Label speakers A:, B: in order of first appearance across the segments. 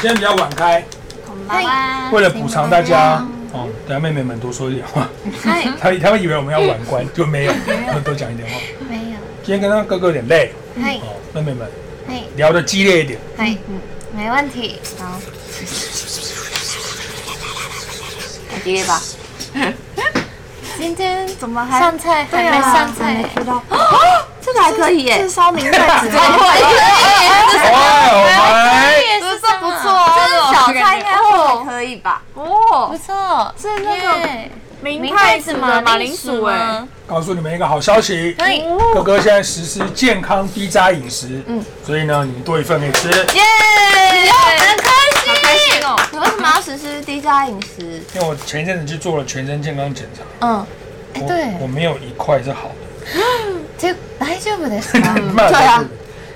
A: 今天比较晚开，
B: 拜拜。
A: 为了补偿大家，哦，等下妹妹们多说一点话，
B: 嗨，
A: 她她们以为我们要晚关，就没有，我们多讲一点话。
B: 没有，
A: 今天跟她哥哥有点累，
B: 嘿，
A: 哦，妹妹们
B: 嘿，
A: 聊的激烈一点，
B: 嘿，没问题。好，
C: 太激烈吧？
B: 今天怎么还
D: 上菜还
B: 对
D: 没
B: 啊
D: 上菜，
B: 还没
D: 到，
C: 这个还可以耶
D: 是，烧明太子吗？
C: 还可
A: 哇
C: 以，
A: 哦，来，
C: 这是不错哦，这是小菜应该会可以吧？
D: 不
C: 哦，
D: 错，
C: 是那个
D: 耶
C: 明
D: 明
C: 太
D: 太
C: 子
D: 子
C: 的
D: 的
C: 马
D: 马
C: 铃
D: 铃
C: 薯
D: 薯
C: 哎
D: 哎，
A: 告诉你们一个好消息，
D: 嘿
A: 哥哥现在实施健康低渣饮食，嗯，所以呢，你们多一份可以吃，
C: 耶，
D: 很开心，
C: 好开心哦！你为什么要实施低渣饮 食？
A: 因为我前一阵子去做了全身健康检查，
C: 嗯，
D: 哎
A: 我
D: 对
A: 我没有一块是好的，
D: 这大丈夫ですか？
A: 那
C: 对啊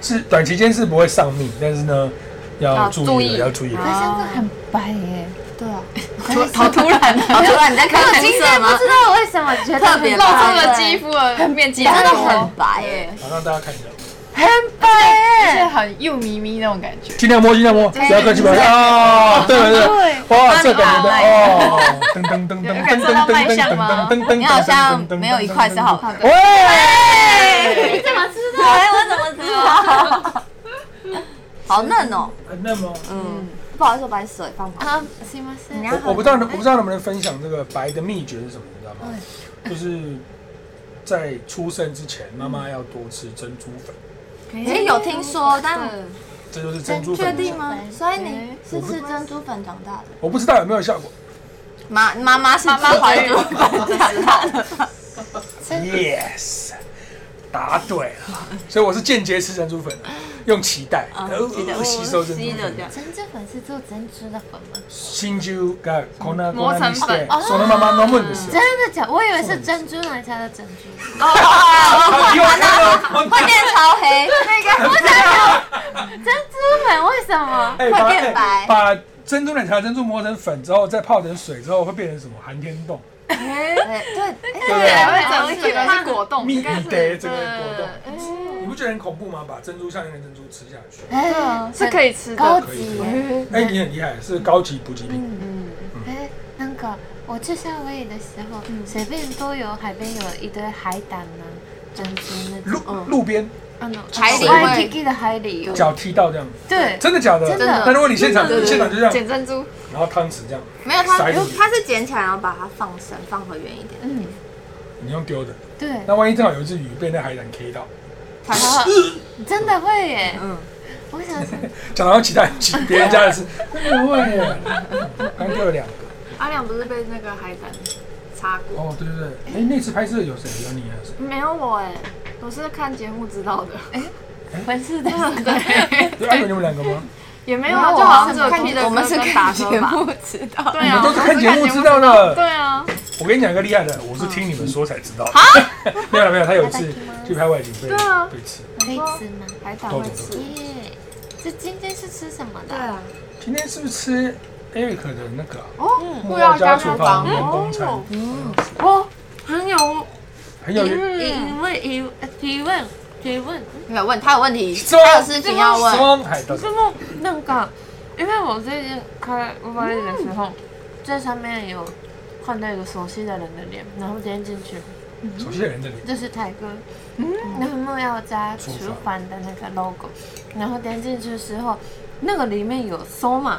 A: 是，是短期间是不会上命，但是呢，要
C: 要
A: 注
C: 注
A: 意
C: 意
A: 了，要注意了。
D: 他现在很白耶，
C: 对啊，好突然，好突哦啊然，你在看
B: 我
C: 蓝
B: 今
C: 色
B: 天不
C: 吗
B: 知？道为什么觉得
C: 特别
B: 露
C: 白
B: 出
C: 对
B: 了肌肤的面积
C: 真的
B: 很多
C: 很白耶，
A: 好，让大家看一下。
D: 很
E: 而且
D: 白耶，
E: 很幼咪咪那种感觉。
A: 尽量摸，尽量摸，不要客气，不要客气哦，对对对，哇，这感觉的哦，噔噔噔噔噔噔噔噔噔噔噔，
C: 你好像没有一块是好 看的。
A: 喂，
B: 你怎么知道？
C: 哎，我怎么知道？好嫩哦，
A: 很嫩吗？
C: 嗯，不好意思，我把你水放旁边。
B: 啊，すいません。
A: 我我不知道，我不知道能不能分享这个白的秘诀是什么，你知道吗？就是在出生之前，妈妈要多吃珍珠粉，
C: 其实有听说，但
A: 这就是珍珠
C: 确
A: 粉。
C: 定吗？所以你是吃珍珠粉长大的？
A: 我不知道有没有效果。
C: 妈妈妈是吃珍珠粉长大 的，
A: Yes，答对了，所以我是间接吃珍珠粉的，啊用脐带呃吸收珍珠粉。
B: 珍珠粉是做珍珠的粉吗？
A: 新珠がこんな
E: 磨成粉
A: 粉そのまま飲むんですよ。
B: 真的假？我以为是珍珠奶茶的珍珠。
C: 哦
A: 啊又看到
C: 会变超黑。那个
B: 珍珠粉为什么？
A: 哎
C: 会
A: 把
C: 变白
A: 哎把珍珠奶茶珍珠磨成粉之后，再泡成水之后，会变成什么？寒天冻，
C: 对
A: 对不对？
E: 会整这个是果冻，
A: 蜜
E: 应
A: 蜜
E: 该是
A: 得这个果冻，你不觉得很恐怖吗？把珍珠项链的珍珠吃下去，
B: 哎，
E: 是可以吃
B: 高
E: 的。
A: 可
B: 级
A: 以
B: 耶。
A: 哎，你很厉害，是高级补给品。
B: 哎，なんか我去夏威夷的时候，随便都有海边有一堆海胆呢、珍珠那
A: 路
B: 种，
A: 路边
B: 嗯，
C: 海里
B: 外
C: 会
B: Kiki 的海里有，
A: 脚踢到这样，
E: 哎
B: 对，
A: 真的假的？
B: 真的
A: 但如果你现场
C: 真的
A: 现场就这样，
E: 捡珍珠，
A: 然后汤匙这样，
C: 没有它
A: 塞进去，
C: 它是捡起来然后把它放生，放回远一点。
B: 嗯，
A: 你用丢的。
B: 对，
A: 那万一正好有一只鱼被那海胆 K 到，
C: 它它
B: 真的会耶，
C: 嗯，
B: 我想想，
A: 讲到其他人挤别人家的事，真的会耶。刚丢了两个。
E: 阿亮不是被那个海胆擦过？
A: 哦，对对对，哎，那次拍摄有谁？有你还有谁？
E: 没有我哎，我是看节目知道的。
D: 粉丝的
E: 对，
A: 哎对，啊有你们两个吗？
E: 也没有啊，就好像只有
C: 看
E: T 的
C: 我们是
E: 哥跟达
C: 看
E: 哥
C: 节
E: 吧。
C: 目知道。
E: 对
A: 你
E: 啊，
A: 们都是看节目知道的
E: 我们是看节目知道对啊，
A: 我跟你讲一个厉害的，我是听你们说才知道。 没有了没有，他有一次去拍外景被
E: 啊对啊
A: 被吃。
B: 可以吃吗？
E: 海胆
A: 懂
E: 会
A: 懂
E: 吃。
A: 懂。
B: 耶，这今天是吃什么的？
E: 啊，
A: 今天是不是吃 Eric 的那个
E: 哦，
A: 木曜
E: 木曜
A: 家
E: 家
A: 厨
E: 厨
A: 房
E: 房
A: 员工餐？
E: 哦，很有
A: 很有
B: 疑问疑提问提问，
C: 有问他有问题，
A: 什
C: 他有
A: 么
C: 事情要问。
A: 么海的？
B: 这么那个，因为我最近开 Uber Eats 的时候，这上面有看到一个熟悉的人的脸，然后点进去。
A: 首先人的脸，
B: 就是泰哥，然后木曜家厨房的那个 logo，然后点进去之后，那个里面有 Soma，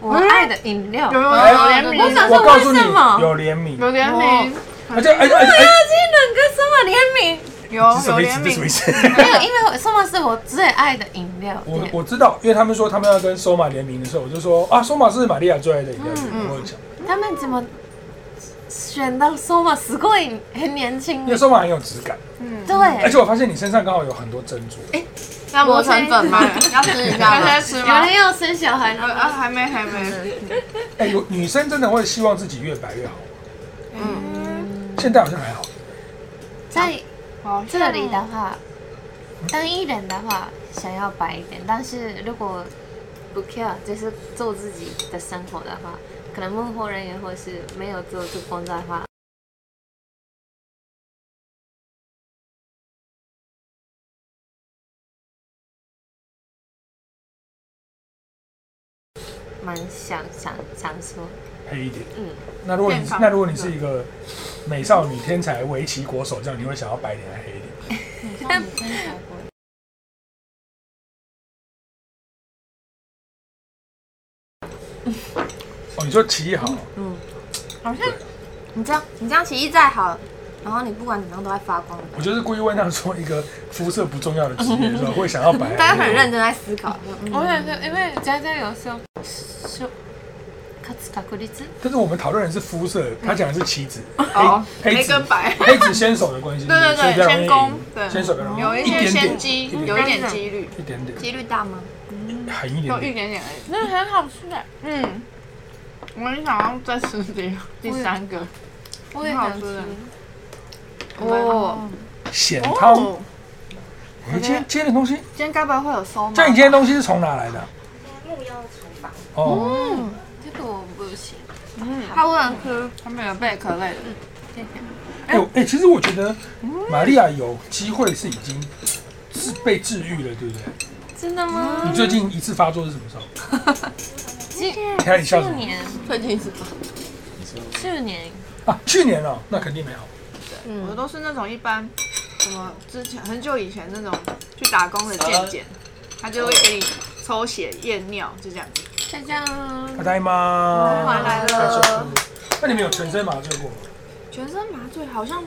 B: 我爱的饮料，
E: 有有
A: 哎
E: 哦有联名，
A: 我告诉你
B: 为什么
A: 有联名，
E: 有联名，
A: 而且哎而且而
B: 哎
A: 且
B: 啊竟
A: 哎，
E: 有
A: 这什
E: 哦有
A: 么意思？
E: 联
A: 这什么意
E: 名，
A: 思？
B: 两个 Soma 联名，没有，因为 Soma 是我最爱的饮料
A: 我
B: 店，
A: 我知道，因为他们说他们要跟 Soma 联名的时候，我就说啊，Soma 是玛利亚最爱的饮料店，我有讲，
B: 他们怎么选到 Soma，すごい很年轻
A: 因为，Soma 很有质感，而
B: 对，
A: 且我发现你身上刚好有很多珍珠，
E: 要
C: 磨成粉吗？要吃一下
E: 大
C: 吗
E: 家？吃
B: 有
E: 吗
B: 人？要生小孩了
E: 啊，
B: 吗，
E: 还没，还没。
A: 哎，有女生真的会希望自己越白越好，
C: 嗯，
A: 现在好像还好，
B: 在
E: 好
B: 这里的话，当艺人的话想要白一点，但是如果不 care，就是做自己的生活的话，可能幕后人员或是没有做这工作的话，蛮想想想说，
A: 黑一点。
B: 嗯，
A: 那如果你
E: 健康
A: 那如果你是一个美少女天才围棋国手，这样你会想要白点还是黑一点？
C: 你像你真 才不会
A: 哦，你说棋好，
E: 好像你这样，你这样棋艺再好，然后你不管怎么样都在发光的。
A: 我就是故意问他说一个肤色不重要的职业的时候会想要白还是黑。
E: 大家很认真在思考，
C: 我想说，因为佳佳有时候
B: 说，勝つ確率
A: 但是我们讨论的是肤色，他讲的是棋 子，
E: 哦，
A: 黑
E: 黑
A: 黑子
E: 嗯跟白，
A: 黑子先手的关系，
E: 对对
A: 所以
E: 对
A: 比较容易
E: 先攻对
A: 先手比较容易
E: 有一些
A: 点点
E: 先机，有一点几率，
A: 一点点，
E: 几率大吗？
A: 很一
E: 就
A: 点点。
E: 一点点而已。
C: 那很好吃的，
E: 嗯，
C: 我很想要再吃这个第三个，
E: 我
C: 也想吃
E: 哦，
A: 咸汤，你今天今天的东西，
E: 今天该不会会有收吗？
A: 像你今天的东西是从哪来的啊？哦，
B: 这个我不行，
E: 他问吃
C: 他们有贝壳类的，
A: 哎我哎，其实我觉得玛利亚有机会是已经是被治愈了，对不对？
B: 真的吗？
A: 你最近一次发作是什么时候？你看你笑什
B: 去
A: 么
B: 年，
C: 最近是吧？
B: 去年
A: 啊？去年哦，那肯定没有。
E: 我都是那种一般，什么之前很久以前那种去打工的健检，他就会给你抽血验尿，就这样。
B: 佳佳，
A: 拜拜吗？
E: 回来了。
A: 那你们有全身麻醉过吗？
E: 全身麻醉好像，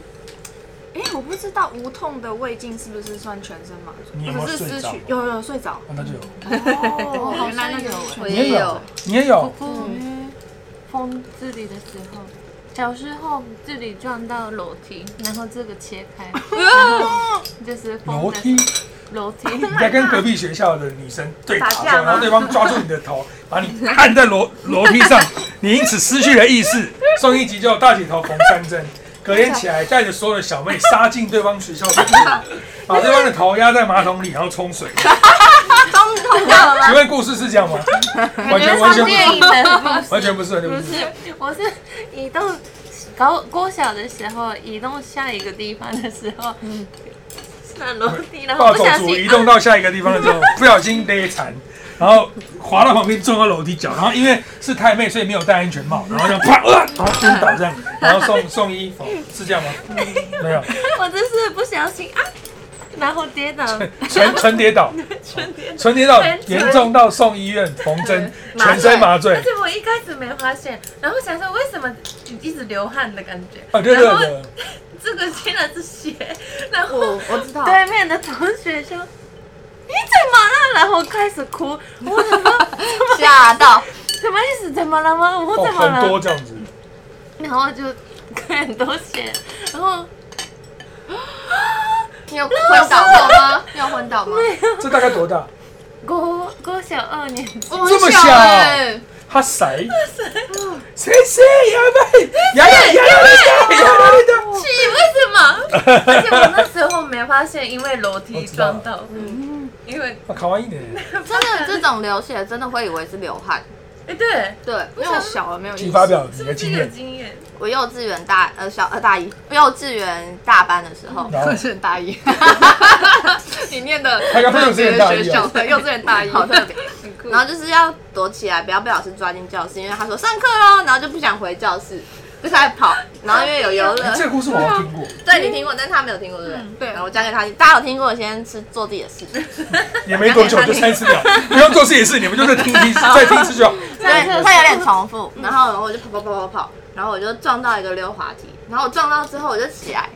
E: 哎、我不知道无痛的胃镜是不是算全身麻醉，
A: 你有没有
E: 或者是
A: 睡
E: 失
A: 着
E: 去有有睡着，
A: 啊，那就有。
E: 哦，
C: 好
E: 原来那
C: 像
E: 个
C: 有
E: 是
B: 我
E: 全
A: 也有，你也有。
B: 过于封自己的时候，小时候自己撞到楼梯，然后这个切开，然后就是
A: 楼
B: 封的
A: 梯，
B: 时
A: 你
B: 候楼 梯，
A: 在跟隔壁学校的女生对打
E: 打
A: 之
E: 架
A: 后，
E: 吗
A: 然后对方抓住你的头，把你按在楼楼梯上，你因此失去了意识，送医急救，大姐头缝三针。隔天起来，带着所有的小妹杀进对方学校的门口，把对方的头压在马桶里，然后冲水。
E: 通通掉了吗？
A: 请问故事是这样吗？完全完全不
B: 上电
A: 是，
B: 影的
A: 完全不是，对不
B: 不
A: 起。
B: 是，我是移动高高小的时候移动下一个地方的时候，
A: 嗯
B: 上楼梯，然后
A: 暴
B: 啊不
A: 走
B: 小
A: 族
B: 心
A: 移动到下一个地方的 时候，不小心勒残，然后滑到旁边撞到楼梯角，然后因为是太妹，所以没有戴安全帽，然后就啪，呃然后晕倒这 样，然后送送医，哦是这样吗？没有，
B: 我真是不小心啊，然后跌倒，
A: 纯纯跌倒，纯跌倒，严重到送医院缝针，全身麻醉
B: 而，且我一开始没发现，然后想说为什么一直流汗的感觉，
A: 啊，热热的，
B: 这个竟然是血，然后
E: 我我知道，
B: 对面的同学说。你怎么了？然后开始哭，我怎么
E: 吓到，
B: 什么意思？怎么了吗？我
A: 哦，
B: 怎么
A: 很
B: 了？
A: 多这样子，
B: 然后就很多血，然后
E: 你有昏倒过吗？你有昏倒吗？
A: 这大概多大？
B: 郭郭小二年级，
E: 我
A: 这么
E: 很
A: 小
E: 欸
A: 他 谁？谁谁呀妹？呀呀呀呀呀呀呀！
B: 气为什么？而且我那时候没发现，因为楼梯撞到，嗯，因为
A: 啊，卡哇伊呢？
B: 真
C: 真的这种流血真的会以为是流汗，
B: 哎对，
C: 对，
E: 因为我小了没有意
A: 请
E: 识，
A: 发表你
B: 是
A: 的
B: 不是
A: 经
B: 有
A: 验。
B: 经验？
C: 我幼稚园大呃小呃大一，幼稚园大班的时候，
A: 然后
E: 幼稚园大一， 你念的
A: 他刚说幼稚园大一啊
E: 学校，对，幼稚园大一，
C: 好特别。
E: 很酷
C: 然后就是要躲起来，不要被老师抓进教室，因为他说上课喽，然后就不想回教室，就开始跑。然后因为有游乐，
A: 这个故事我好像听过，
C: 对你听过，但是他没有听过，对不对？
E: 嗯对
C: 然后我讲给他听，大家有听过，先是做自己的事。
A: 也没多久就三十秒，不用做事也是，你们就再听一次，再听一次就好。
C: 对，它有点重复。然后我就跑跑跑跑跑，然后我就撞到一个溜滑梯，然后我撞到之后我就起来，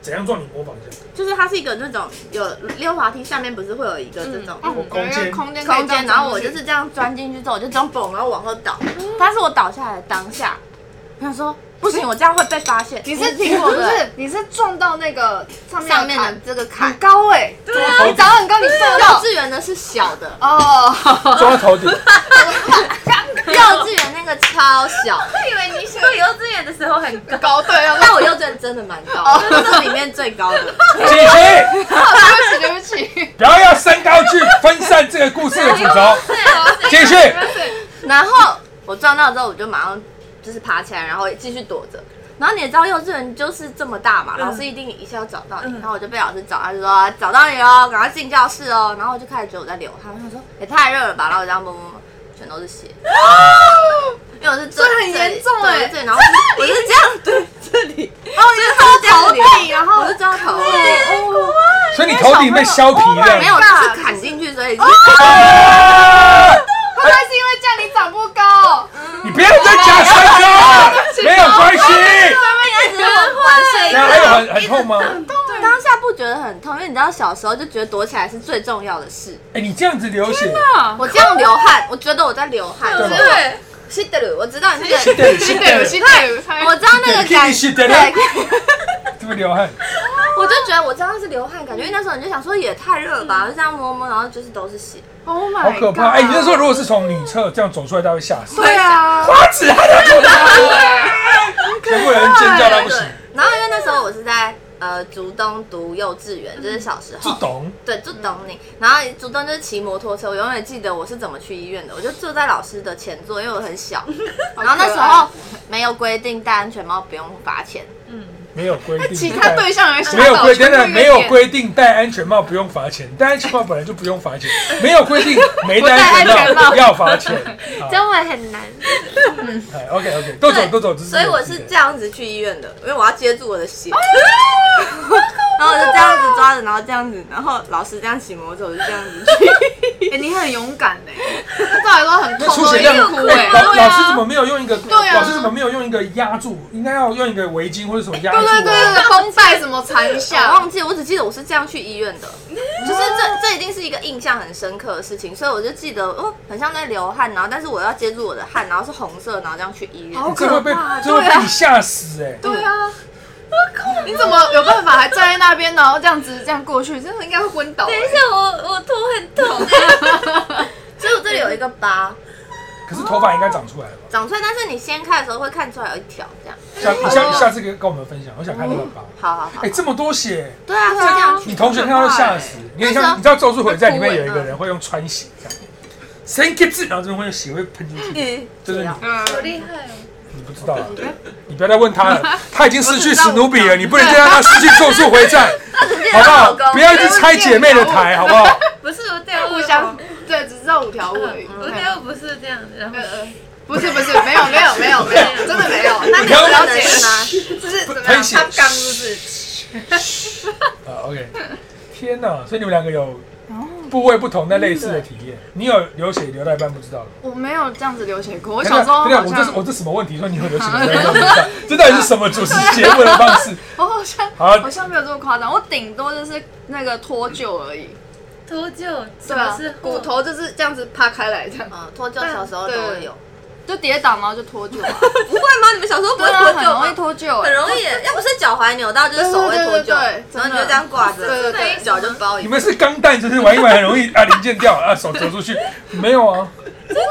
A: 怎样撞你模仿一下？
C: 就是它是一个那种有溜滑梯下面不是会有一个这种。
A: 我空
E: 有一
A: 间
E: 个嗯空间可以
C: 空间，
E: 这样
C: 然后我
E: 进
C: 就
E: 去
C: 是这样钻进去之后，我就这样蹦，然后往后倒。但是我倒下来的当下，我想说不行，我这样会被发现。
E: 你是
C: 听过
E: 不
C: 的
E: 是你是撞到那个上面
C: 上面
E: 的
C: 的这个
E: 坎很
C: 坎，
E: 高哎，对
A: 啊
E: 你长很高，你撞
C: 幼
E: 到
C: 稚园的是小的，
E: 哦，
A: 撞到头顶，
C: 幼稚园那个超 小，
B: 我以为你说幼稚园的时候很高，
E: 高对啊，
C: 但我幼稚园真的蛮高，就是这里面最高的。
A: 姐姐
E: 对不起对不起，
A: 不要用身高去分散这个故事的主轴。继续，
C: 然后我撞到之后，我就马上就是爬起来，然后继续躲着。然后你也知道幼稚园就是这么大
E: 嗯
C: 嘛，老师一定一下要找到你。然后我就被老师找，他就说找到你喽，赶快进教室哦。然后我就开始觉得我在流汗，我想说也太热了吧，然后我这样摸摸摸，全都是血，因为我是这
E: 这啊很严重欸
C: 对这里，然后我是我是这样，对，这里，
E: 哦，你是到头顶，然后
C: 我是这样头，
A: 所以你头顶被削皮了。
C: 没有，就是砍进去，所以就是
A: 啊
E: 会不会哦是因为这样你长不高？
A: 你不要再假身高了，没有关系。
C: 一直换
A: 然后还有很很痛吗？
C: 对，当下不觉得很痛，因为你知道小时候就觉得躲起来是最重要的事。
A: 哎，你这样子流血，
C: 我这样流汗，我觉得我在流汗。
A: 对吧
C: 哦对，是的，我知道你
A: 是
C: 是
A: 的，是的，
E: 对，对，对，
C: 我知道那个感
A: 是
C: 觉，
A: 的
C: 对，
A: 这么流汗，
C: 我就觉得我真的是流汗感觉，因为那时候你就想说也太热了吧，就这样摸摸，然后就是都是血。
E: Oh my，
A: 好可怕！哎，你那时候
E: 说
A: 如果是从女侧这样走出来，他会吓死。
E: 对啊，
A: 花子还在做 全部人尖叫到不
C: 对
A: 行。。
C: 然后因为那时候我是在呃竹东读幼稚园，就是小时
A: 不
C: 候。
A: 懂，
C: 对，就懂你。然后竹东就是骑摩托车，我永远记得我是怎么去医院的。我就坐在老师的前座，因为我很 小。然后那时候没有规定戴安全帽不用罚钱，
A: 没有规定。
E: 其他对象也
A: 没有规定，的没有规定戴安全帽不用罚钱，戴安全帽本来就不用罚钱，没有规定没戴安全帽要罚钱。好
F: 中文很难。
A: 哎，OK OK，都走都走，这
C: 所以我是这样子去医院的，因为我要接住我的血。 然后我就这样子抓着，然后这样子，然后老师这样骑摩托车，我就这样子去。
E: 哎，你很勇敢哎，照理说很
A: 那
E: 痛
A: 出
E: 都
A: 血
E: 一
A: 量
E: 定哭
A: 哎
E: 哎，
A: 老老师怎么没有用一个
E: 啊
A: 老师怎么没有用一个压住？应该要用一个围巾或者什么压住
E: 对对对
A: 啊？
E: 对，绷带什么缠一
C: 我
E: 下，
C: 忘记，我只记得我是这样去医院的，就是这这一定是一个印象很深刻的事情，所以我就记得哦，很像在流汗，然后但是我要接住我的汗，然后是红色，然后这样去医院。
A: 这会被这会被你吓死哎！
E: 对啊。你怎么有办法还站在那边，然后这样子这样过去，真的应该会昏倒。
C: 下，我我头很痛、欸，所以我这里有一个疤
A: 可是头发应该长出来了吧？
C: 长出来，但是你掀开的时候会看出来有一条这样。
A: 下你下下次跟跟我们分享，我想看那个疤。
C: 好好好
A: 哎，，这么多血，
C: 嗯对啊，是这样去。
A: 你同学看到吓死，你很像你知道《咒术回战》里面有一个人会用穿血这样，三个字，然后这边会有血会喷出去，
C: 嗯，
A: 就是你
E: 好
B: 厉害哦！
A: 你不知道啊，你不要再问他了，他已经失去史努比了，
E: 我
A: 你不能再让他失去《咒术回战》，好不
C: 老公
A: 好？不要一直拆姐妹的台，好不好？
B: 不是我对
E: 互相对，只知道五条悟而已。
B: 我对我不是这样的，然后
E: 不是不是，没有没有没有没有，真的没有。那你
A: 你刚
C: 啊
A: 刚
E: 了解吗？
A: 不喷血
B: 他刚就是
A: 啊，OK，天哪！所以你们两个有部位不同但类似的体验，你有流血流到一半不知道的。
E: 我没有这样子流血过，我小时候好
A: 等一下，我这是
E: 像
A: 我这什么问题？说你有流血流到一半不知道， 这到底是什么主持节目的方式？
E: 我哦好像
A: 好啊
E: 好像没有这么夸张，我顶多就是那个脱臼而已。
B: 脱臼，什
E: 对
B: 么
E: 啊
B: 是，
E: 骨头就是这样子趴开来，这样
C: 嗯，脱臼小时候都会有，
E: 就跌倒，然后就脱臼啊。
C: 不会吗？啊你们小时候不
E: 对
C: 会脱
E: 啊，很
C: 臼
E: 容易
C: 吗？
E: 脱臼，
C: 很容 易耶，要不是脚踝扭到，就是手会脱臼，
E: 对对对对对
C: 然后你就这样挂着，
E: 对对对
C: 脚就包一
A: 你们是钢弹，就是玩一玩很容易啊，零件掉了啊，手折出去。没有啊，真的，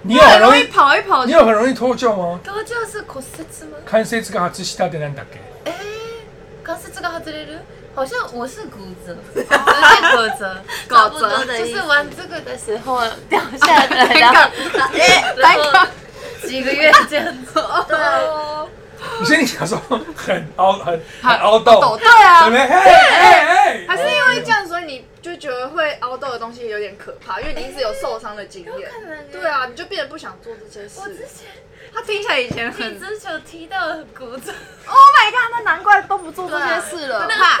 A: 你有
E: 欸很
A: 很容
E: 容易
A: 易，
E: 跑一跑
A: 你
E: 就。
A: 有很容易脱臼吗？
B: 脱臼是骨折吗？
A: 看谁这个哈兹西大点难打给。
B: 哎，刚是这个外れる？好像我是骨折，我是骨折，
C: 骨折
B: 差不多
C: 的
B: 就
C: 意思
B: 是玩这个的时候掉下来，然后
E: 啊
C: 哎，
B: 然后几个月这样子。对，
A: 你说你小时候很凹，很很凹痘，
E: 对啊
A: 对不，对？嘿嘿嘿，
E: 还是因为这样，所以你就觉得会凹痘的东西有点可怕，因为你一直有受伤的经验。对啊，你就变得不想做这些
B: 我之
E: 事。
B: 前
E: 他听起来以前
B: 踢
E: 很
B: 足球踢到骨折，
E: ，Oh my god，那难怪都不做这些事了。
C: 怕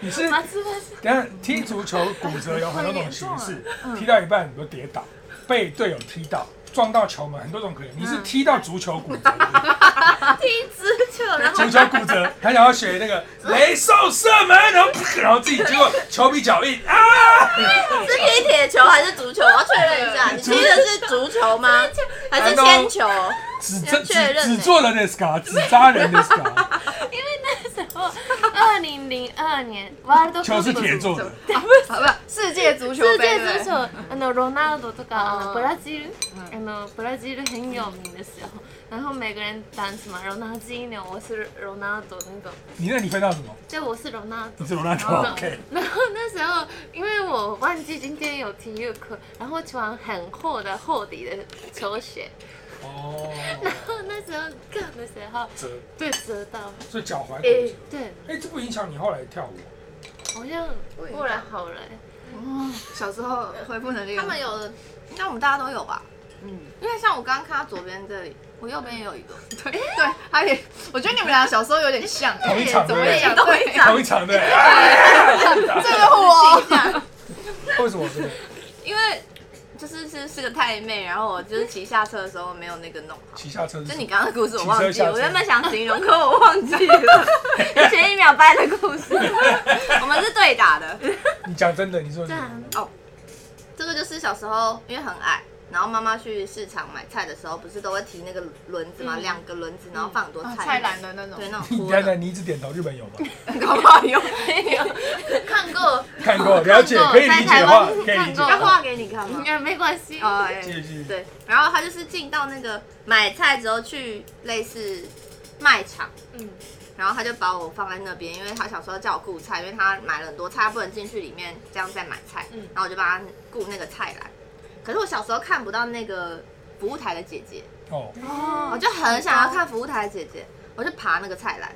A: 你是
B: 马斯马斯，
A: 等一下踢足球骨折有很多种形式，
E: 嗯
A: 踢到一半你就跌倒，被队友踢到，撞到球门，很多种可能。你是踢到足球骨折，
B: 踢足球，然后
A: 足球骨折，他想要学那个雷兽射门，然后啪然后自己结果球比脚硬啊。
C: 是踢铁球还是足球？我要确认一 下，你踢的是足球吗？还 是铅球？
A: 纸
C: 要确认
A: 纸
C: 呢
A: 纸做人的 scar，纸扎人的 scar，
B: 因为那时候二零零二年 World Cup
A: 球是铁做的。
E: 好不，世界足球
B: 世
E: 杯。
B: 界足球，あのロナウドとかあのブラジル、あのブラジル很有名ですよ。然后每个人 dance 嘛，罗纳基纽，我是罗纳多那种，
A: 你那你分到什么？
B: 就我是罗纳多
A: 你。是罗纳多，OK。
B: 然后那时候，因为我忘记今天有体育课，然后穿很厚的厚底的球鞋，
A: 哦，
B: 然后那时候干的时候，
A: 折，
B: 对折到，
A: 所以脚踝骨
B: 诶
A: 折。，
B: 对，
A: 哎，这不影响你后来跳舞。
B: 好像后来好了，
E: 小时候恢复能力
C: 他
E: 很好，
C: 们有的，应该我们大家都有吧？
E: 嗯，
C: 因为像我刚刚看他左边这里，我右边也有一 个，
E: 对对，
C: 哎
E: 还有，我觉得你们俩小时候有点像，
A: 同一场
E: 哎怎
A: 对
E: 么
A: 不对
E: 会？讲
C: 同一场
A: 同一场的，哎
E: 这个我，
A: 为什么这个？
C: 因为就是是是个太妹，然后我就是骑下车的时候没有那个弄好。
A: 骑下车是
C: 就
A: 什
C: 你
A: 么？
C: 刚刚的故事我忘
A: 骑
C: 记
A: 车下
C: 了，
A: 车
C: 我原本想形容，可我忘记了，前一秒掰的故 事，我们是对打的。
A: 你讲真的，你说什么？
C: 这个就是小时候因为很矮，然后妈妈去市场买菜的时候，不是都会提那个轮子吗？两个轮子，然后放很多菜、
E: 嗯哦菜篮的那种
C: 对，那种
A: 你
C: 锅
A: 看
C: 的，
A: 看，你一直点头，日本有吗？
C: 搞不 好有没有？
B: 看过，
A: 看过，了解，可以理解的话，可以理解
B: 在
A: 的
C: 要
B: 台
A: 话。
C: 画给你看吗
B: 应？该没关系。
C: 哦，哎
A: 继续继续
C: 对，然后他就是进到那个买菜之后去类似卖场，嗯
B: 嗯，
C: 然后他就把我放在那边，因为他想说叫我顾菜，因为他买了很多菜，他不能进去里面这样再买菜，嗯
B: 嗯，
C: 然后我就帮他顾那个菜篮。可是我小时候看不到那个服务台的姐姐，
A: 哦，
C: 我
B: 哦，
C: 就很想要看服务台的姐姐，我就爬那个菜篮，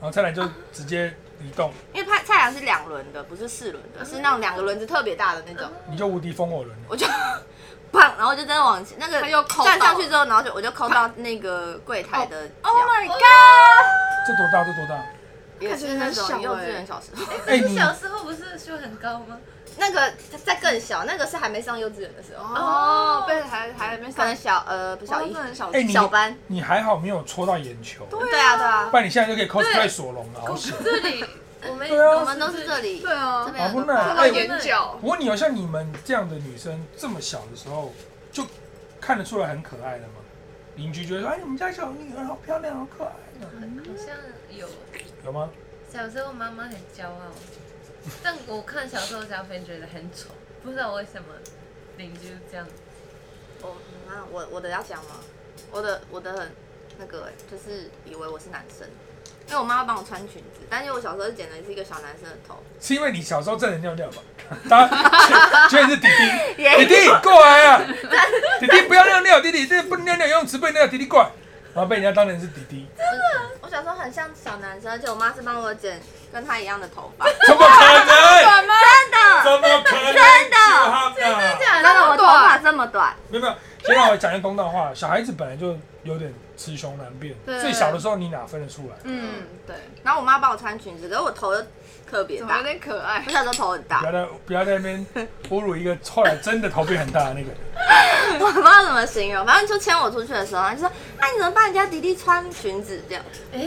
A: 然后再来就直接移动，
C: 因为菜菜篮是两轮的，不是四轮
B: 嗯
C: 的，是那种两个轮子特别大的那种，
A: 你就无敌风火轮了。
C: 我就 砰，然后就真的往前那个
E: 他又扣到
C: 站上去之后，然后就我就扣到那个柜台的脚，
D: Oh my god！
A: 这多大？这多大？
C: 也是那种幼稚园小欸时候，
A: 哎，
D: 你
A: 你
D: 小时候不是说很高吗？
C: 那个在更小，那个是还没上幼稚园的时候，
E: 哦，被还还没
C: 可
E: 上
C: 能小呃不小
E: 小一
C: 一，
E: 很小，
A: 哎，你
C: 小班
A: 你还好没有戳到眼球，
C: 对啊对啊
A: 不，然你现在就可以 cosplay 索隆了，好险。
D: 这里我 们
A: 对啊
C: 我们都是这里，
E: 对啊
C: 这，边
A: 好
C: 有
A: 不
C: 个
A: 耐
E: 看
C: 班
E: 到
A: 哎
E: 眼角，
A: 我问你哦，像你们这样的女生，这么小的时候就看得出来很可爱的吗？邻居觉得说，哎，你们家小女儿好漂亮，好可爱呢，
C: 嗯
D: 好像有
A: 有吗？
D: 小时候妈妈很骄傲，但我看小时候照片觉得很丑，不知道为什么邻居这样。
C: 我啊我我的要讲吗？我的我的很那个哎就是以为我是男生，因为我妈妈帮我穿裙子，但是我小时候剪的是一个小男生的头，
A: 是因为你小时候站着尿尿吧？ 当 然，居然是弟弟，弟
C: 也
A: 弟过来 啊！弟弟不要尿尿，弟弟这不能尿尿，游泳池不能尿，弟弟过来。然后被人家当成是弟弟，
C: 我小时候很像小男生，而且我妈是帮我剪跟她一样的头 发，
A: 怎么可能？
C: 真的。
A: 怎么可能？
C: 真的
A: 真的假
C: 真的，我头发这么短，
A: 没有没有，先让我讲一个公道话，小孩子本来就有点雌雄难辨，
E: 对
A: 最小的时候你哪分得出来？
E: 嗯，对，
C: 然后我妈帮我穿裙子，可是我头又特别
E: 怎么
C: 大
E: 有，点可爱
C: 我？小时候头很
A: 不
C: 大，
A: 要在不要在那边侮辱一个后来真的头变很大的那个人。
C: 我不知道怎么形容，反正就牵我出去的时候，她就说：“哎、你怎么帮人家弟弟穿裙子这样
D: 哎，？”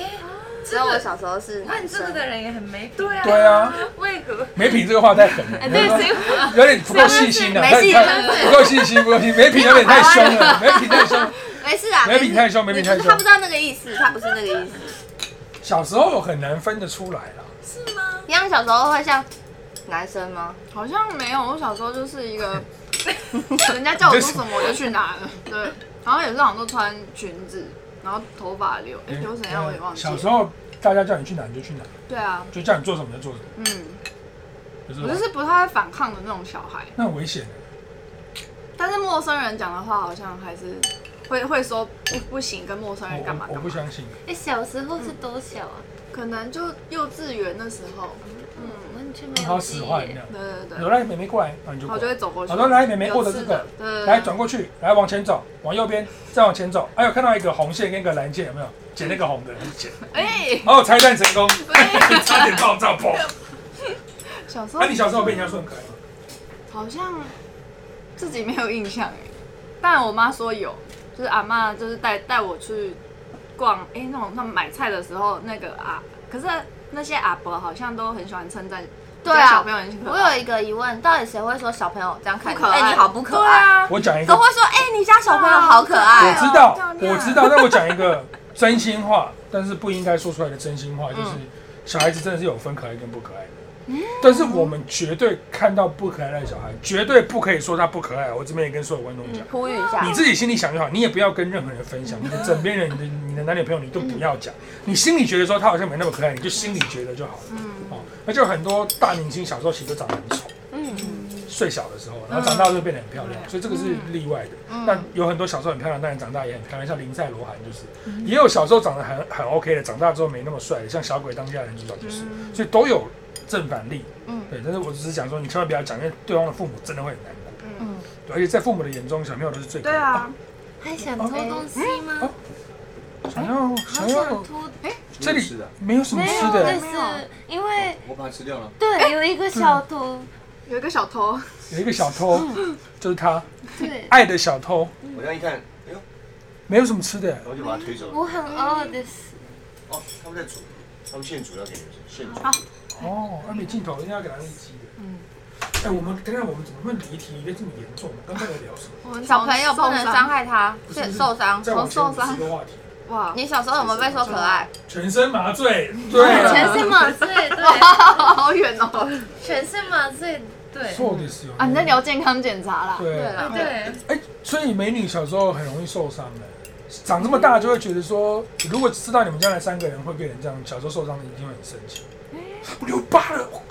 C: 只有我小时候是男
D: 问这
C: 生
D: 个，的人也很没品。对啊，
A: 对啊，
D: 为何？
A: 没品这个话太狠了，
D: 对，所以我
A: 有点不够细心了，
C: 没
A: 太
C: 细
A: 太不够细心，不够细心，没品有点太凶了，没品太凶。
C: 没事啊，
A: 没品太凶没品太凶
C: 你不是他不知道那个意思，他不是那个意思。
A: 小时候很难分得出来啦，
C: 一样小时候会像男生吗？
E: 好像没有，我小时候就是一个，人家叫我做什么我就去拿了，对，然后也是好像都穿裙子，然后头发留，哎，留怎样我也忘记
A: 啊嗯小时
E: 了，
A: 候大家叫你去哪你就去哪，
E: 对啊，
A: 就叫你做什么就做什么，
E: 嗯，
A: 就是
E: 我就是不太会反抗的那种小孩，
A: 那很危险的。
E: 但是陌生人讲的话好像还是会会说不不行，跟陌生人干嘛
A: 我我
E: 干
A: 不
E: 嘛，
A: 相信，
B: 哎，小时候是多小啊？
E: 可能就幼稚园的时候，
B: 完全没
A: 你
B: 有
A: 好
B: 记
A: 使
B: 忆
A: 坏这
B: 耶。
A: 样。
E: 对对对，
A: 有来妹妹过来，然后你就
E: 然
A: 过
E: 后
A: 来
E: 就会走过去，
A: 好的，来妹妹获得这
E: 有刺
A: 个
E: 的，对
A: 来转过去，来往前走，往右边，再往前走。哎呦，看到一个红线跟一个蓝线，有没有？捡那个红的，捡。
E: 哎，
A: 哦，拆弹成功， 差点爆炸破。
E: 小时候
A: 那、你小时候被人家说很可爱吗？
E: 好像自己没有印象哎，但我妈说有，就是阿妈就是带带我去逛，哎、那种他们买菜的时候那个啊，可是那些阿伯好像都很喜欢称赞，
C: 对啊
E: 小朋友很可
C: 我
E: 爱，
C: 有一个疑问，到底谁会说小朋友这样看你？
E: 不可爱
C: 哎、你好不可
E: 对
C: 爱，
E: 啊，
A: 我讲一
C: 都
A: 个，
C: 会说哎、你家小朋友好可爱
A: 我
C: 哦、
A: 知道
E: 漂，亮
A: 我知道，但我讲一个真心话，但是不应该说出来的真心话，就是小孩子真的是有分可爱跟不可爱的。但是我们绝对看到不可爱的小孩，绝对不可以说他不可爱。我这边也跟所有观众讲，
E: 啊
C: 呼吁一下
A: 你，自己心里想就好，你也不要跟任何人分享。你的枕边人、你的你的男女朋友，你都不要
B: 嗯
A: 讲。你心里觉得说他好像没那么可爱，你就心里觉得就好了。哦，而且有很多大明星小时候其实都长得很丑，
D: 嗯
B: 嗯
A: 最小的时候，然后长大就变得很漂亮，所以这个是例外的。
B: 嗯
A: 但有很多小时候很漂亮，但是长大也很漂亮，像林赛罗韩就是，
B: 嗯
A: 也有小时候长得很很 OK 的，长大之后没那么帅的，像小鬼当家的女主角就是，所以都有正反例，
B: 嗯
A: 对。但是我只是讲说，你千万不要讲，因为对方的父母真的会很难过，
B: 嗯
A: 对。而且在父母的眼中，小朋友都是最可
E: 对
A: 爱的
E: 啊，
D: 还想偷东西吗？
A: 哦想要
D: 好
A: 想要
D: 想，偷，
A: 这
G: 没有
A: 里
G: 吃的，
A: 没有什么
D: 没
A: 吃
D: 有，但
A: 的，
D: 是因为
G: 我把它吃掉了。
D: 对有一个小偷，
E: 有一个小偷，
A: 有一个小偷，就是他，
D: 对
A: 爱的小偷，
G: 我这样一看，哎呦，
A: 没有什么吃的
G: 然，后就把它推
B: 嗯
G: 走了。
D: 我很饿的是，
G: 哦，他们在煮，他们现煮要给你们吃，现煮。
A: 哦，那没镜头，应该要给他一击的。嗯。哎，我们看看我们怎么会离题离得这么严重？刚才在聊什么？
C: 小朋友不能伤害他，
A: 不是
C: 是 受伤。
A: 在往前五十个话题，
E: 哇，
C: 你小时候有没有被说可爱？
A: 全身麻醉，对，
D: 全是麻醉，对，
E: 好远哦！
D: 全是麻醉，对，
A: 错的是有
E: 啊，你在聊健康检查啦？
A: 对
C: 啊
D: 对，
A: 哎，所以美女小时候很容易受伤的，长这么大就会觉得说，如果知道你们将来三个人会变成这样，小时候受伤的一定会很生气。我留疤了，我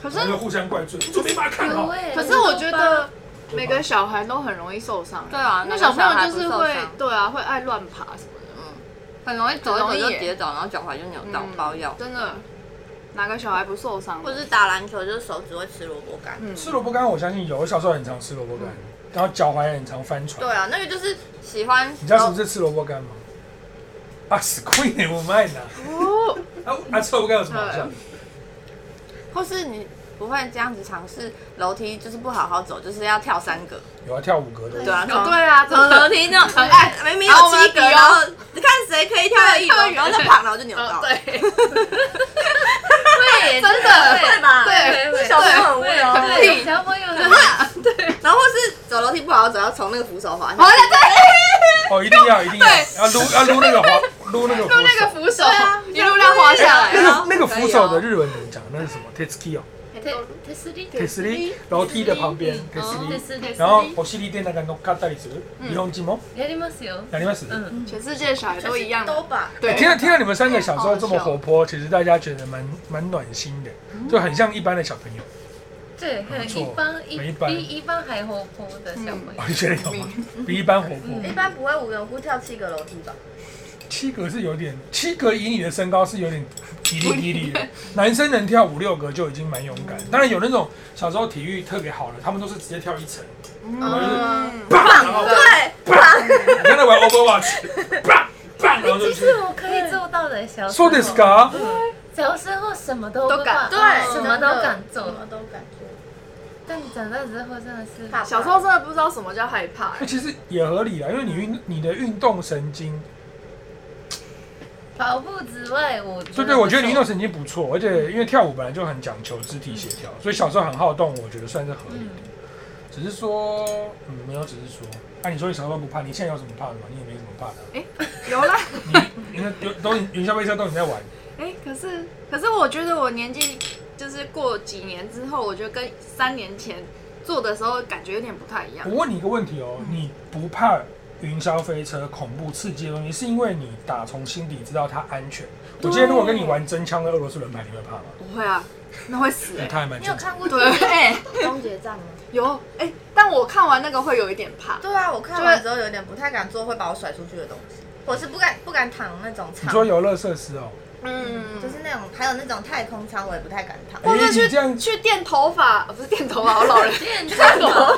E: 可是
A: 然后就互相怪罪，你怎么没把它看哦好？
B: 欸
E: 可是我觉得每个小孩都很容易受伤，
C: 对啊
E: 那
C: 那
E: 小
C: 小
E: 朋
C: 朋
E: 友
C: 友
E: 就
C: 就是是
E: 会
C: 会
E: 对啊，会爱乱爬什么的，
C: 很容易走一走
E: 很容
C: 就
E: 易耶
C: 跌倒，然后脚踝就扭到包药，
E: 嗯真的，哪个小孩不受伤？
C: 或者是打篮球就是手只会吃萝卜干。
E: 嗯
A: 吃萝卜干，我相信有，我小时候很常吃萝卜干，然后脚踝也很常翻船。
C: 对啊，那个就是喜欢。
A: 你知道什么是吃萝卜干吗？啊，死亏呢，我卖呢。
E: 哦，
A: 啊啊，吃萝卜干有什么好笑的？
C: 或是你不会这样子尝试楼梯，就是不好好走，就是要跳三格，
A: 有啊，跳五格的。
C: 对啊，
E: 对啊，
C: 走楼
E: 真的，
C: 梯那种很爱， 明明有七格，然后你看谁可以跳得一格，然后就跑，然后就扭到，
E: 对，
D: 对，
E: 真的，
C: 对吧？
E: 对
C: 这小朋友很无聊。
D: 对，小朋友很
C: 然后或是走楼梯不好好走，要从那个扶手滑下去。
E: 好像在
A: 哦，一定要一定要要撸要撸那个滑撸那个
E: 用那个
A: 扶手。
E: 扶手一路这样滑下来，啊
A: 那
E: 然后
A: 个那个扶手的日文怎么讲？那是什么 t e s k i 哦
D: 手すり
A: t e s l i 楼梯的旁边 t e s
B: 哦
A: l i 然后哦お尻でなんか乗っかったりする日本人も
D: やりますよ。
A: やります。
D: 嗯，
E: 全世界小孩都一样，啊
C: 都吧。
E: 对，
A: 听到听到你们三个小时候这么活泼，其实大家觉得蛮蛮暖心的，就很像一般的小朋友。
D: 对，
A: 没
D: 很
A: 错
D: 一般，一
A: 没一般
D: 比一般还活泼的小朋友
A: 哦，。你觉得有吗？比一般活泼。
C: 一般不会无缘无故跳七个楼梯吧？
A: 七格是有点，七格以你的身高是有点体力体力的。男生能跳五六格就已经蛮勇敢，当然有那种小时候体育特别好的，他们都是直接跳一层，然后就是
E: 嗯，
A: 棒，然后
C: 对，
A: 棒，你看他玩 Overwatch，棒棒，然后就
D: 其
A: 去
D: 实。我可以做到的，小时
A: 说
D: 候
A: 的是啊噶，
D: 小时候什么都
E: 都敢
D: 不
C: 对
D: 怕什么
C: 真的
D: 都敢做
C: 什。么都敢做。
D: 但长大之后真的是，
C: 怕
E: 小时候真的不知道什么叫害怕，
A: 那其实也合理啦，因为你运你的运动神经，
D: 跑步之外，我
A: 对对，我觉得你运动神经不错，而且因为跳舞本来就很讲求肢体协调，所以小时候很好动，我觉得算是合理的。嗯只是说，嗯，没有，只是说，那、啊你说你小时候不怕，你现在有什么怕的吗？你也没什么怕的啊。
E: 有啦。
A: 你那有都云霄飞车都你在玩，
E: 哎、可是可是我觉得我年纪就是过几年之后，我觉得跟三年前做的时候感觉有点不太一样
A: 我。问你一个问题哦，你不怕云霄飞车恐怖刺激的东西，是因为你打从心底知道它安全？我今天如果跟你玩真枪的俄罗斯轮盘，你会怕吗？
E: 不会啊，那会死哎、
A: 哎，
C: 嗯
A: 它还蛮
D: 你有
A: 正常。
D: 看过
E: 对，
C: 啊
E: 哎、
C: 终结战吗？
E: 有哎、但我看完那个会有一点怕。
C: 对啊，我看完之后有点不太敢做会把我甩出去的东西，我是不敢不敢躺那种
A: 你
C: 舱，
A: 说游乐设施哦，
E: 嗯，
C: 就是那种还有那种太空舱，嗯我也不太敢躺。
E: 或者
A: 哎你这
E: 去
A: 样
E: 去垫头发，呃不是垫 头发，我老人
D: 电头发，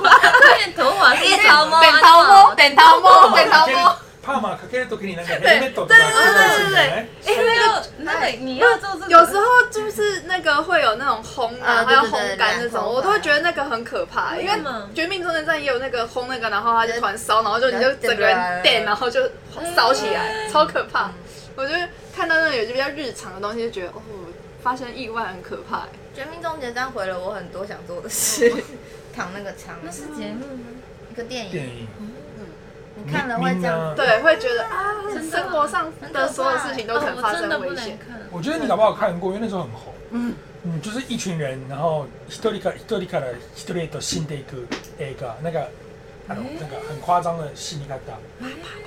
D: 电头发是
C: 头啊毛
E: 点头毛，点头毛，点头毛。
A: 帕玛卡克都给你那个
E: 对
A: helmet 都给你
E: 对对对对对
A: 哎
E: 哎、那个
D: 那个你要做这个，
E: 有时候就是那个会有那种烘啊，
C: 啊
E: 还有
C: 对对对
E: 烘干那
C: 染头
E: 种，
C: 发
E: 我都会觉得那个很可怕，欸因为
D: 为什么
E: 《绝命终结战》也有那个烘那个，然后它就突然烧，然后就你就整个人电，然后就烧起
C: 嗯
E: 来，超可怕。我就看到那种有些比较日常的东西，就觉得哦，发生意外很可怕。欸
C: 《绝命终结战》毁了我很多想做的 事，躺那个舱，
D: 那是节目吗？
C: 一个电
A: 电
C: 影，
A: 影
C: 你看了会这样
A: 明啊
C: 子。
E: 对，会觉得啊，
D: 真的
E: 生活上的所有事情都可能
D: 哦
E: 发
D: 我真的
E: 生
D: 不
E: 危
D: 能
E: 险。
D: 看。
A: 我觉得你搞不好看过，因为那时候很红。
E: 嗯
A: 嗯，就是一群人，然后一人から一人から一人へと死んでいく映画，那个，あの、なんか很夸张的死に方。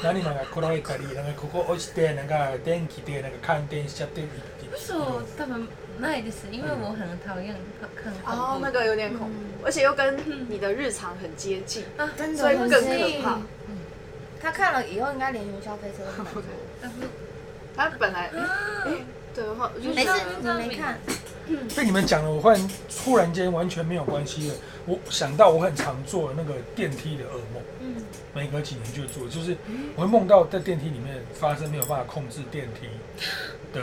A: 何なんか転げたり、なんかここ落ちて、なんか電気でなんか感電しちゃってるっていう。
D: そう多分ないです，因为我很讨厌看看
E: 哦
D: 恐，怖
E: 那个有点恐
D: 嗯
E: 怖，而且又跟你的日常很接近，
D: 啊，
C: 真
E: 所以
C: 的
E: 更
C: 不行，
E: 可怕。
D: 嗯
C: 他看了以后应该连云霄飞车都看 不
E: 他本来
D: 啊嗯
E: 对的话，我就
C: 没事
E: 像，
C: 你没看，
A: 被你们讲了，我忽然突然间完全没有关系了。我想到我很常做那个电梯的噩梦，
B: 嗯
A: 每隔几年就做，就是我会梦到在电梯里面发生没有办法控制电梯的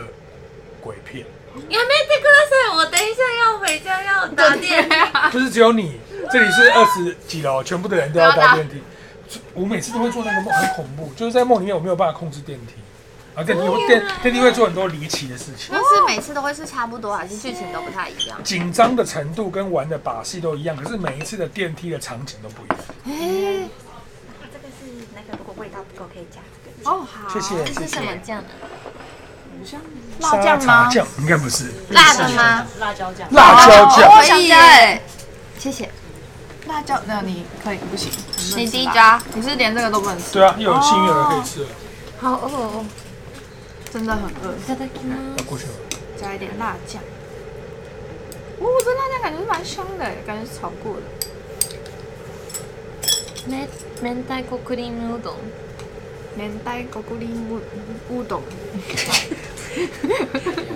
A: 鬼片，
B: やめてください。我等一下要回家要打电话。
A: 就是只有你这里是二十几楼，全部的人都要搭电梯。我每次都会做那个梦，很恐怖，就是在梦里面我没有办法控制电梯，然后电梯会电电梯会做很多离奇的事情。
C: 但是每次都会是差不多，还是剧情都不太一样？
A: 紧张的程度跟玩的把戏都一样，可是每一次的电梯的场景都不一样。
C: 哎
H: 这个是那个，如果味道不够可以加这个。哎
E: 哦，好，
A: 谢谢，
B: 这
A: 谢
B: 是什么
A: 谢。
B: 酱呢？
A: 沙
E: 辣酱吗
A: 茶酱应该不是
C: 辣的吗？
H: 辣椒酱，
A: 辣椒酱，
C: 可以耶，
B: 谢谢。
E: 辣椒，那你可以不行，
C: 你第一家
E: 你是连这个都不能吃，
A: 对啊，又有幸运儿可以吃了。
B: 好饿哦。
E: 真的很饿。
B: いただきます。
A: 要过去了，
E: 加一点辣酱。哦，这辣酱感觉是蛮香的，感觉是炒过的。
B: め明太子クリームうどん。
E: 明太狗骨林乌乌冬，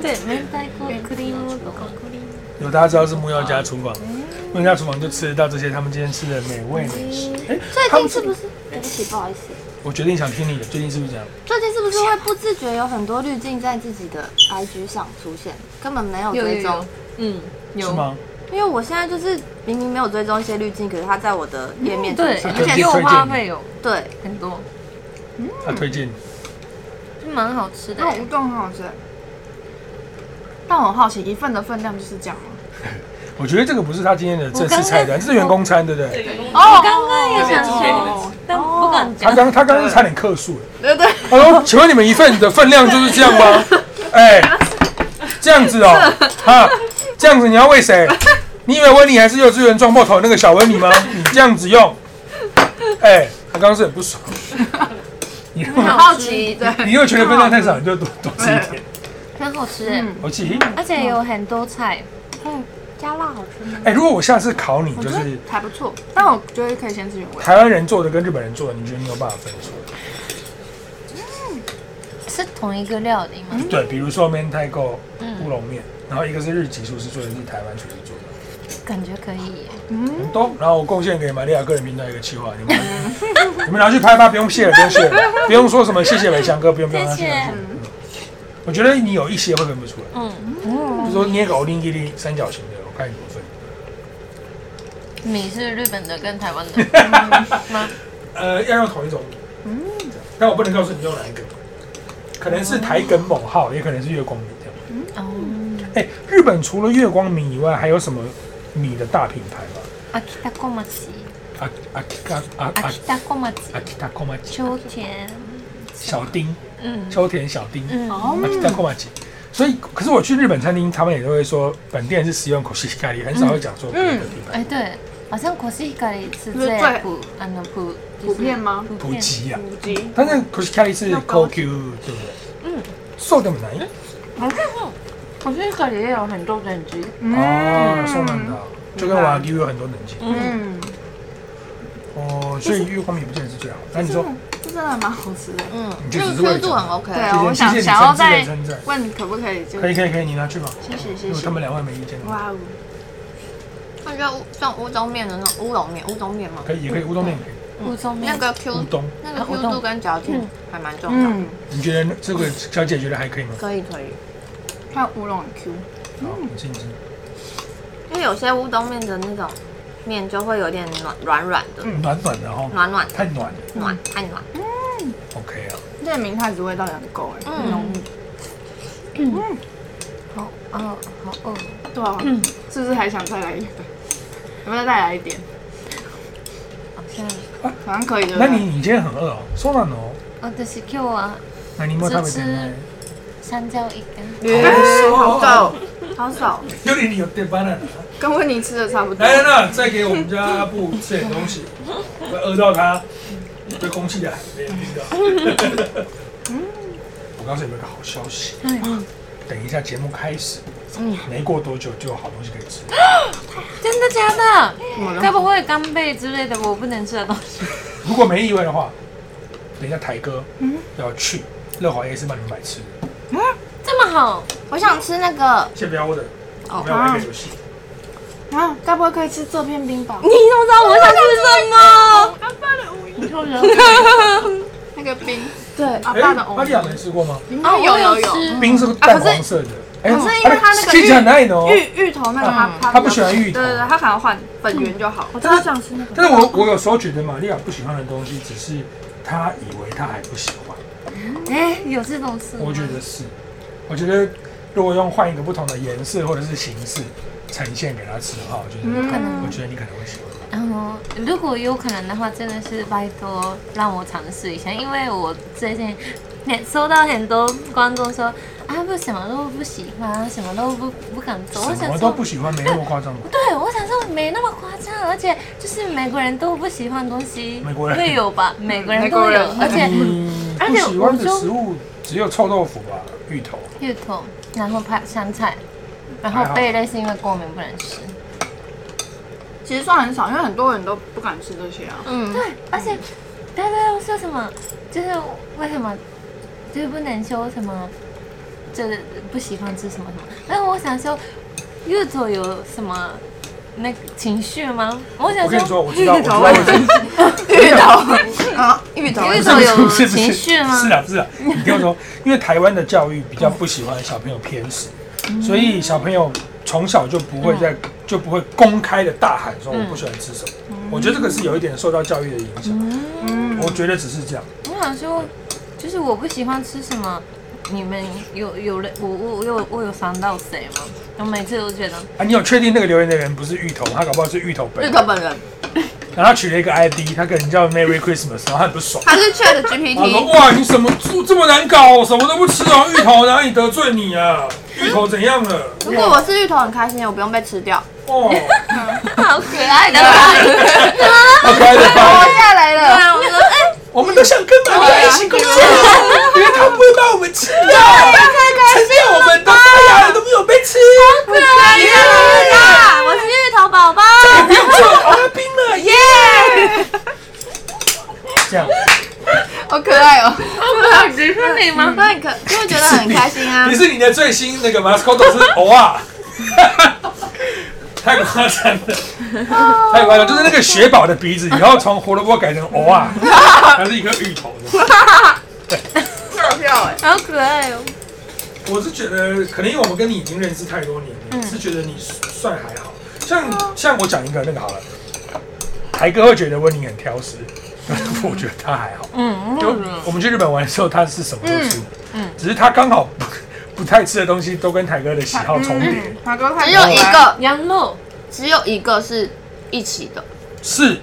B: 对，明太子クリームうどん。
A: 有大家知道是木曜家厨房，木曜家厨房就吃得到这些他们今天吃的美味美食。哎，
C: 嗯最
A: 他们
C: 近是不是？对不起，不好意思。
A: 我决定想听你的，最近是不是这样？
C: 最近是不是会不自觉有很多滤镜在自己的 IG 上出现，根本没有追踪？
H: 嗯，
A: 是吗？
C: 因为我现在就是明明没有追踪一些滤镜，可是它在我的页面出
H: 对，
C: 现。
H: 而且
A: 又
H: 又
A: 花
H: 花
A: 费
H: 费有
C: 对，
H: 很多，
A: 他推荐你，
B: 是蛮好吃的
E: 那。乌冬很好吃。欸但我很好奇，一份的分量就是这样吗？
A: 我觉得这个不是他今天的正式菜单，这是员工餐，对不对？
E: 哦，
B: 刚刚也想说，但不敢
A: 他
B: 讲。
A: 刚他刚刚差点克数了。
E: 对对，
A: 他说：“请问你们一份的分量就是这样吗？哎、这样子哦、哈，这样子你要喂谁？你以为温妮还是幼稚园撞破头那个小温妮吗？你这样子用，哎、他刚刚是很不爽，你
E: 很好奇，对，
A: 你又觉得分量太少，你就多多吃一点。
B: 很好吃哎，
A: 好奇，
B: 而且有很多菜。
A: 哎、如果我下次考你，
E: 我
A: 就
E: 觉
A: 是
E: 得还不错。但我觉得可以先吃原味。
A: 台湾人做的跟日本人做的，你觉得你有办法分出来？
B: 是同一个料理
E: 嗯
B: 吗？
A: 对，比如说明太子乌龙面，然后一个是日籍厨师做的，一个是台湾厨师做的。”
B: 感觉可以耶。
E: 嗯
A: 很多，然后我贡献给玛利亚个人频道一个计划，你们 你们拿去拍吧，不用谢了，不用谢了，不用说什么谢谢伟翔哥，不用不用，谢谢。嗯我觉得你有一些会分不出来，嗯，比如说捏个欧丁吉利三角形的，我看你怎么分。
B: 米是日本的跟台湾的，
A: 呃，要用同一种米，嗯，但我不能告诉你用哪一个，可能是台梗某号，也可能是月光米这样。
B: 哦，
A: 哎，日本除了月光米以外，还有什么米的大品牌吗？
B: 阿基达小町，
A: 啊啊啊啊
B: 阿
A: 啊
B: 基达小町，
A: 啊！其他购买
B: 秋田，
A: 小丁，
B: 嗯
A: 秋田小丁，
B: 嗯，
A: 马吉达库马吉。所以，可是我去日本餐厅，他们也都会说本店是使用口西咖喱，很少会讲说别的品牌
B: 哎对，好像コシヒカリ是
E: 是
B: 最
E: 最
B: 普，啊那普
E: 普遍吗？
B: 普
A: 普
B: 遍，
A: 及啊。
E: 五级，
A: 但是口西咖喱是 QQ，对不对？嗯。そうでもない。
H: 可是可也有很多等级，
A: 哦，そうなんだ。就跟瓦牛有很多等级。
E: 嗯，
A: 哦，所以月光米不见得是最好。那你说，
E: 这真的蛮好吃哦的。
C: 嗯，
A: 你就
C: 这
A: 只
C: 个
A: 是为了
C: 刻度很 OK。
E: 对
A: 谢
E: 啊，
A: 谢
E: 我想
A: 谢谢你
E: 想
A: 诚
E: 要
A: 挚的
E: 再
A: 称赞
E: 问可不可以就
A: 可以可以可以，你拿去吧。
E: 谢谢谢
A: 如果
E: 谢
A: 他。们两位没意见的话，
E: 哇哦，
C: 那就像乌冬面的那种乌龙面，乌冬面吗？
A: 可以也可以乌冬面也可以。
B: 乌冬
C: 那
B: 面，
C: 个
A: 乌
C: Q
A: 冬，
C: 那个 Q 度跟嚼劲还蛮重要。
E: 嗯，
A: 你觉得这个小姐觉得还可以吗？
C: 可以可以，
E: 看乌龙很 Q，嗯
A: 好，你信不信？
C: 因为有些乌冬面的那种面就会有点软软软的，
A: 暖暖的哦，
C: 暖暖
A: 太暖了。
C: 暖太暖。
A: OK 啊。
E: 这个明太子味道也很够哎，
C: 嗯
E: 很浓郁。
B: 好哦好饿，
E: 对啊，是不是还想再来一份？有没有再来一点？
B: 好像，
E: 好像可以的。
A: 那你你今天很饿哦？そうなの？
B: 私今日は
A: 那你有没有食べてない？
B: 三椒一根，
E: 好少，好少，
A: 有点你有点班了。
E: 跟温妮吃的差不多。
A: 来来来，再给我们家阿布吃点东西，我饿到他被空气的海绵听到。我告诉你们一个好消息，等一下节目开始，没过多久就有好东西可以吃。
B: 真的假的？该不会干贝之类的我不能吃的东西？
A: 如果没意外的话，等一下台哥
E: 嗯
A: 要去乐华夜市帮你们买吃的，
B: 这么好，
C: 我想吃那个
A: 先不要 order，我
E: 哦
A: 们要玩一个游戏，
I: 啊，该不会可以吃这片冰堡？
C: 你怎么知道我想吃什么？
E: 那个冰，
I: 对，
E: 阿
A: 哎，
E: 啊爸的哦啊藕
A: 巴，利亚没吃过吗？
I: 里面
E: 哦有有有
I: 吃
A: 冰是淡黄色的，哎，
E: 可啊是因为它那个
A: 其实很难哦。
E: 芋芋头那个他
A: 嗯他不喜欢芋头
E: 对对对，他想要换本源就好。我知道这样吃那个，
A: 但是我我有时候觉得玛利亚不喜欢的东西，只是她以为她还不喜欢。
D: 哎，有这种事
B: 嗯
D: 吗？
A: 我觉得是，我觉得如果用换一个不同的颜色或者是形式呈现给她吃的话，我觉得你可能，
B: 嗯
A: 我觉得你可能会喜欢。
B: 然后如果有可能的话，真的是拜托让我尝试一下，因为我最近也收到很多观众说啊，不什么都不喜欢，什么都不不敢做。哦我
A: 什
B: 想
A: 么都
B: 说
A: 不，喜欢，没那么夸张吧？
B: 对我想说没那么夸张，而且就是美国人都不喜欢东西，
A: 美国人
B: 会 有吧？美国人
E: 美国
B: 都有
E: 人，
B: 而且
A: 嗯，
B: 而
A: 不
B: 且
A: 喜
B: 我
A: 欢的
B: 就
A: 食物只有臭豆腐吧，芋头。
B: 芋头，然后拍香菜，然
A: 还
B: 后
A: 好
B: 贝类是因为过敏不能吃。
E: 其实算很少，因为很多人都不敢吃这些啊。
C: 嗯，
B: 对，而且大家都说什么，就是为什么就是不能说什么，就是不喜欢吃什么什么。但是我想说，越做有什么那个情绪吗？我想
A: 我跟你
B: 说，
A: 说，我知道，我知道为什么。
E: 芋头啊，芋 头
B: 越
A: 不是
B: 做
A: 不
B: 有
A: 是不
B: 情
A: 是，
B: 绪吗？
A: 是啊不是啊，你听我说，因为台湾的教育比较不喜欢小朋友偏食，
B: 嗯
A: 所以小朋友从小就不会在就不会公开的大喊说我不喜欢吃什
B: 嗯
A: 么。我觉得这个是有一点受到教育的影响，我觉得只是这样。
B: 我想说，就是我不喜欢吃什么。你们有有人我我我有我有伤到谁吗？我每次都觉得
A: 啊，你有确定那个留言的人不是芋头吗？他搞不好是芋头本
C: 芋
A: 人，
C: 头本人，
A: 然后他取了一个 ID，他可能叫 Merry Christmas，然后他很不爽。
C: 他是 Chat
A: 他说
C: GPT，：“
A: 哇，你什么这这么难搞，什么都不吃哦，芋头哪里得罪你啊？芋头怎样了？
C: 如果我是芋头，很开心，我不用被吃掉。
A: 哦，
B: 好可爱的吧？
A: 好可爱的吧？
C: 下来了，对啊，我说哎，
A: 我们都想跟玛利亚一起工作，因为他不会把我们吃掉，曾经我们都发芽了都没有被吃，
C: 可爱啦，我是芋头宝宝，
A: 也不用做阿兵了，耶！这样，
E: 好可爱哦，
D: 只是你吗？
C: 那你嗯可就会觉得很开心啊
A: 你。是你的最新那个 mascot 是偶尔， 太夸张了，太夸张，就是那个雪宝的鼻子，以后从胡萝卜改成偶尔，还是一颗芋头的。”
E: 跳票哎，
D: 好可爱哦！
A: 我是觉得，可能因为我们跟你已经认识太多年了，是觉得你算还好。像像我讲一个那个好了，台哥会觉得温宁很挑食，但是 我觉得他还好。
B: 嗯，
A: 就我们去日本玩的时候，他是什么都吃，只是他刚好不 不太吃的东西都跟台哥的喜好重叠。
E: 他哥
C: 只有一个，
B: 羊肉，
C: 只有一个是一起的
A: 是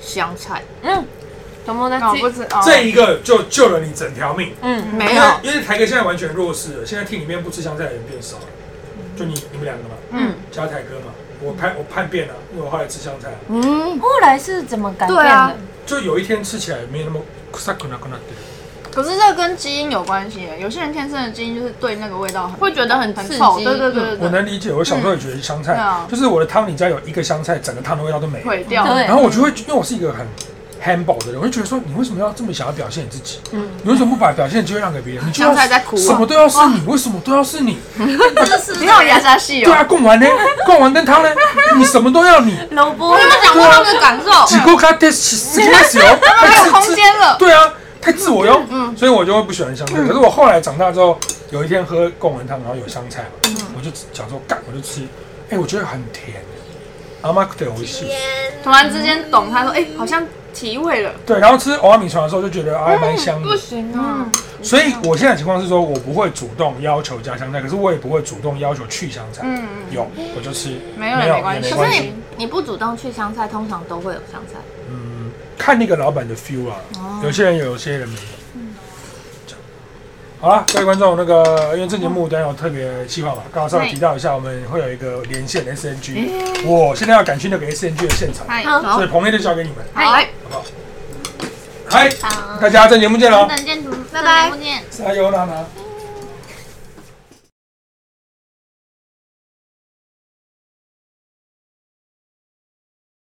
C: 香菜，
D: 友達
E: 我不吃哦，
A: 这一个就救了你整条命，
B: 嗯，
C: 没有。
A: 因为台哥现在完全弱势了，现在厅里面不吃香菜的人变少了，就你你们两个嘛，
E: 嗯
A: 加台哥嘛，我叛我叛变了，因为我后来吃香菜了。
C: 嗯，
B: 后来是怎么改变
C: 对啊
B: 的？
A: 就有一天吃起来没那么臭くなくなってる。
E: 可是这跟基因有关系耶，有些人天生的基因就是对那个味道很
C: 会觉得很
E: 很
C: 刺
E: 臭，
C: 激
E: 对对对
A: 我
E: 对对，
A: 能理解，我小时候也觉得香菜
E: 嗯对，啊
A: 就是我的汤里只要有一个香菜，整个汤的味道都没了。
E: 毁掉。
B: 对
A: 然后我就会，因为我是一个很 humble 的人，我就觉得说，你为什么要这么想要表现你自己？你为什么不把表现的机会让给别人？你就要
C: 嗯香菜在哭啊
A: 什么都要是你，为什么都要是你？
E: 你好牙刷系
A: 对
E: 哦，
A: 啊，贡丸呢？贡丸跟汤呢？你什么都要你。
B: 萝卜
C: 你有没有想过他们的感受？
A: 几个卡特几个小，
E: 太
A: 太
E: 有
A: 自
E: 空间了
A: 对啊，太自我哟。嗯，所以我就会不喜欢香菜。可是我后来长大之后，有一天喝贡丸汤，然后有香菜嘛，
E: 嗯
A: 我就想说干，我就吃。哎，我觉得很甜，阿妈对我喜。
E: 突然之间懂，他说哎，好像提味了，
A: 对，然后吃欧阿米船的时候就觉得啊蛮香的。
E: 行啊，
A: 所以我现在的情况是说，我不会主动要求加香菜，可是我也不会主动要求去香菜。
E: 嗯
A: 有我就吃，
E: 没有也
A: 也
E: 没关系
C: 可是你你不主动去香菜，通常都会有香菜。
A: 嗯，看那个老板的 feel 啊，有些人有，有些人没有。这样好了，各位观众，那个因为这节目等一下有特别计划嘛，刚刚稍微提到一下，我们会有一个连线 SNG，我现在要赶去那个 SNG 的现场，
E: 嗨
C: 好
A: 所以棚内就交给你们，
E: 好，哎
A: 好不好？嗨，大家这节目见喽，
D: 見
C: 拜拜。
A: 加油，娜娜。